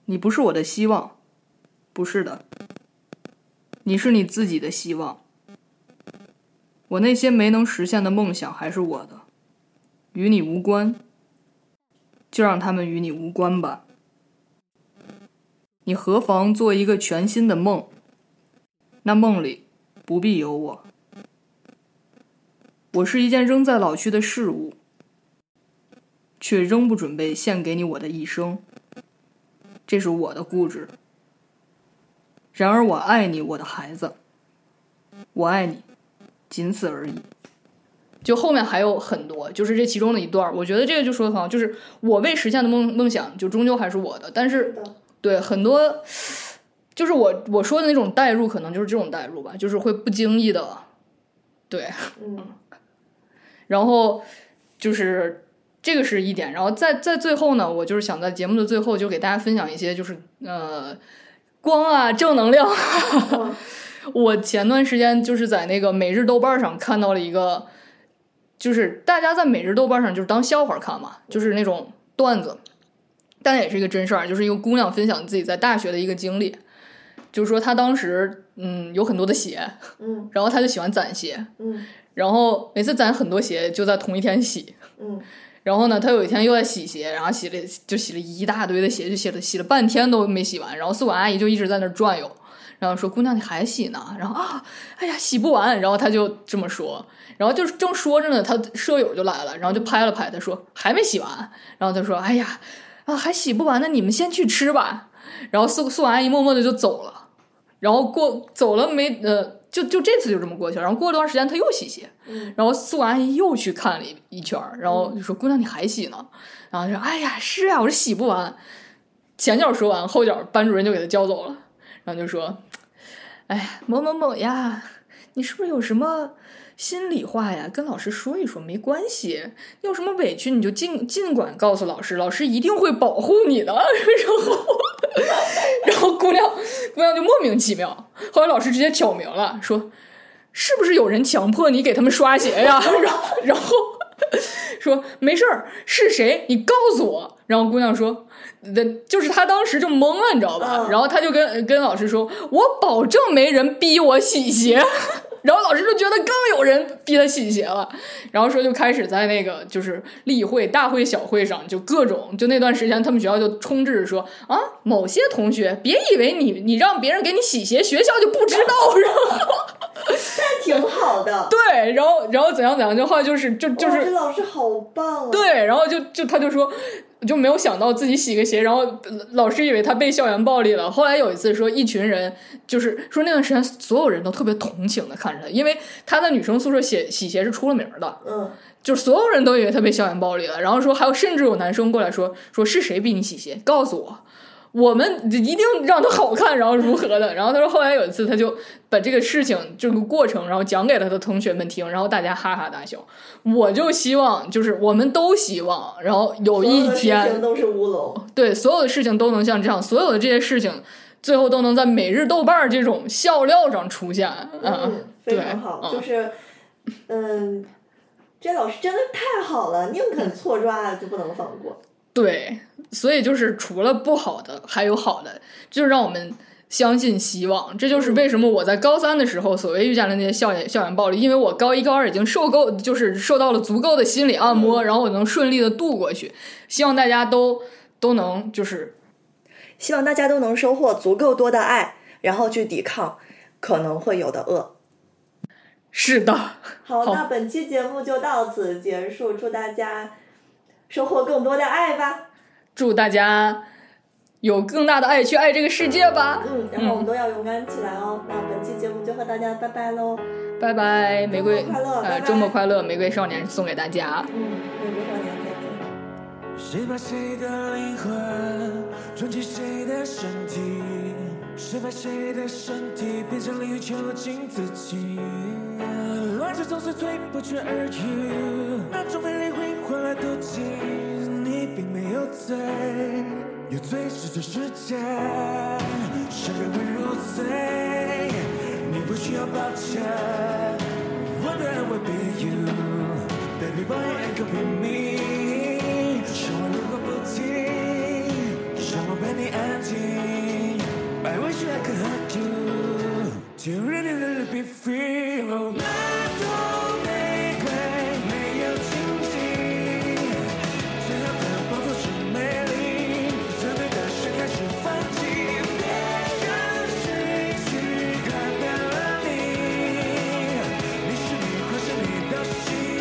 B: 你不是我的希望，不是的，你是你自己的希望。我那些没能实现的梦想还是我的，与你无关，就让他们与你无关吧。你何妨做一个全新的梦？那梦里不必有我。我是一件仍在老去的事物，却仍不准备献给你我的一生。这是我的固执。然而，我爱你，我的孩子，我爱你。仅此而已。就后面还有很多，就是这其中的一段儿，我觉得这个就说的很好，就是我未实现的梦梦想，就终究还是我的。但是
A: 是的，
B: 对很多，就是我我说的那种代入，可能就是这种代入吧，就是会不经意的，对，
A: 嗯，
B: 然后就是这个是一点，然后在在最后呢，我就是想在节目的最后就给大家分享一些就是呃光啊正能量。
A: 嗯
B: 我前段时间就是在那个每日豆瓣上看到了一个，就是大家在每日豆瓣上就是当笑话看嘛，就是那种段子，但也是一个真事儿，就是一个姑娘分享自己在大学的一个经历，就是说她当时嗯有很多的鞋，
A: 嗯
B: 然后她就喜欢攒鞋，
A: 嗯
B: 然后每次攒很多鞋就在同一天洗，
A: 嗯
B: 然后呢，他有一天又在洗鞋，然后洗了就洗了一大堆的鞋，就洗了洗了半天都没洗完。然后宿管阿姨就一直在那儿转悠，然后说：“姑娘，你还洗呢？”然后啊，哎呀，洗不完。然后他就这么说，然后就是正说着呢，他舍友就来了，然后就拍了拍他说：“还没洗完。”然后他说：“哎呀，啊，还洗不完呢，你们先去吃吧。”然后宿宿管阿姨默默的就走了，然后过走了没呃，就就这次就这么过去了。然后过了段时间，他又洗鞋，然后宿管阿姨又去看了一一圈儿，然后就说：“姑娘，你还洗呢？”然后她说：“哎呀，是啊，我这洗不完。”前脚说完，后脚班主任就给他叫走了，然后就说：“哎，某某某呀，你是不是有什么心里话呀？跟老师说一说没关系，你有什么委屈你就尽尽管告诉老师，老师一定会保护你的。” 然后，然后姑娘姑娘就莫名其妙，后来老师直接挑明了，说：“是不是有人强迫你给他们刷鞋呀？”然后，然后说没事儿，是谁？你告诉我。然后姑娘说，那就是她当时就懵了，你知道吧？
A: 嗯
B: 然后她就跟跟老师说，我保证没人逼我洗鞋。 然后老师就觉得更有人逼她洗鞋了，然后说就开始在那个就是例会、大会、小会上就各种，就那段时间他们学校就充斥着说啊，某些同学别以为你你让别人给你洗鞋，学校就不知道，然后
A: 但挺好的。
B: 对，然后然后怎样怎样，就后来就是就就
A: 哇
B: 是
A: 这老师好棒啊！
B: 对，然后就就他就说，就没有想到自己洗个鞋，然后老师以为他被校园暴力了。后来有一次说，一群人就是说那段时间所有人都特别同情的看着他，因为他在女生宿舍洗洗鞋是出了名儿的，
A: 嗯，
B: 就是所有人都以为他被校园暴力了。然后说还有甚至有男生过来说，说是谁逼你洗鞋，告诉我。我们一定让他好看，然后如何的？然后他说，后来有一次，他就把这个事情这个过程，然后讲给了他的同学们听，然后大家哈哈大笑。我就希望，就是我们都希望，然后有
A: 所的
B: 一
A: 事情
B: 天，
A: 都是乌龙。
B: 对所有的事情都能像这样，所有的这些事情最后都能在每日豆瓣儿这种笑料上出现。
A: 嗯，非
B: 对
A: 常好，
B: 嗯
A: 就是，嗯，这老师真的太好了，宁肯错抓就不能放过。
B: 对，所以就是除了不好的，还有好的，就让我们相信希望。
A: 嗯
B: 这就是为什么我在高三的时候所谓遇见了那些校园校园暴力，因为我高一高二已经受够，就是受到了足够的心理按摩，
A: 嗯
B: 然后我能顺利的度过去。希望大家都都能就是
A: 希望大家都能收获足够多的爱，然后去抵抗可能会有的恶。
B: 是的，
A: 好，
B: 好
A: 那本期节目就到此结束，祝大家收获更多的爱吧。
B: 祝大家有更大的爱去爱这个世界吧。
A: 嗯，然后我们都要勇敢起来哦。那本期节目就和大家拜拜喽。
B: 拜拜，玫瑰
A: 周末快乐拜
B: 呃
A: 拜
B: 周末快乐，玫瑰少年送给大家。
A: 嗯，美国少年再见。
C: 谁把谁的灵魂装进谁的身体？谁把谁的身体变成囹圄囚禁自己？爱就总是退不却而遇，那种被灵魂换来妒忌。你并没有罪，有罪是这世界，谁会入罪？你不需要抱歉。Wonder I would be you, baby boy, it could be me. 什么如果不停，什么被你安静？I wish I could hug you to really, really be free. 哦那朵玫瑰没有荆棘，最好的报复是美丽，最美的事开始放弃。别让失去改变了你。你是你，或是你的心，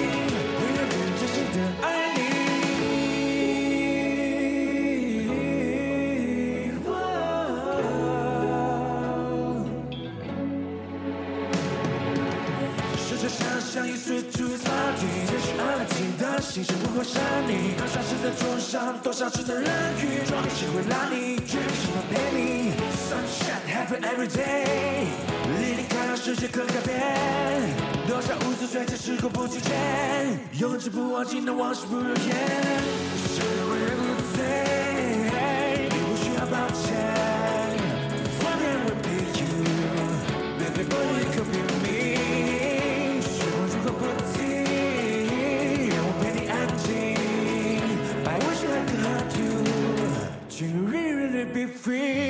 C: 会让人真心的爱你。试着想象一岁出草地，也许安静的心是无法杀你。多少次的创伤，多少次的冷遇，装一起会拉你，决定什么陪你。Sunshine happy every day，离离开让世界更改变。多少无数碎片时过不去间，永志不忘，尽能往事不如烟。谁会无罪？你不需要抱歉。One day will be you, baby boy, it could be me. 时光如果不停，让我陪你安静。I wish I could hug you, to really, really be free.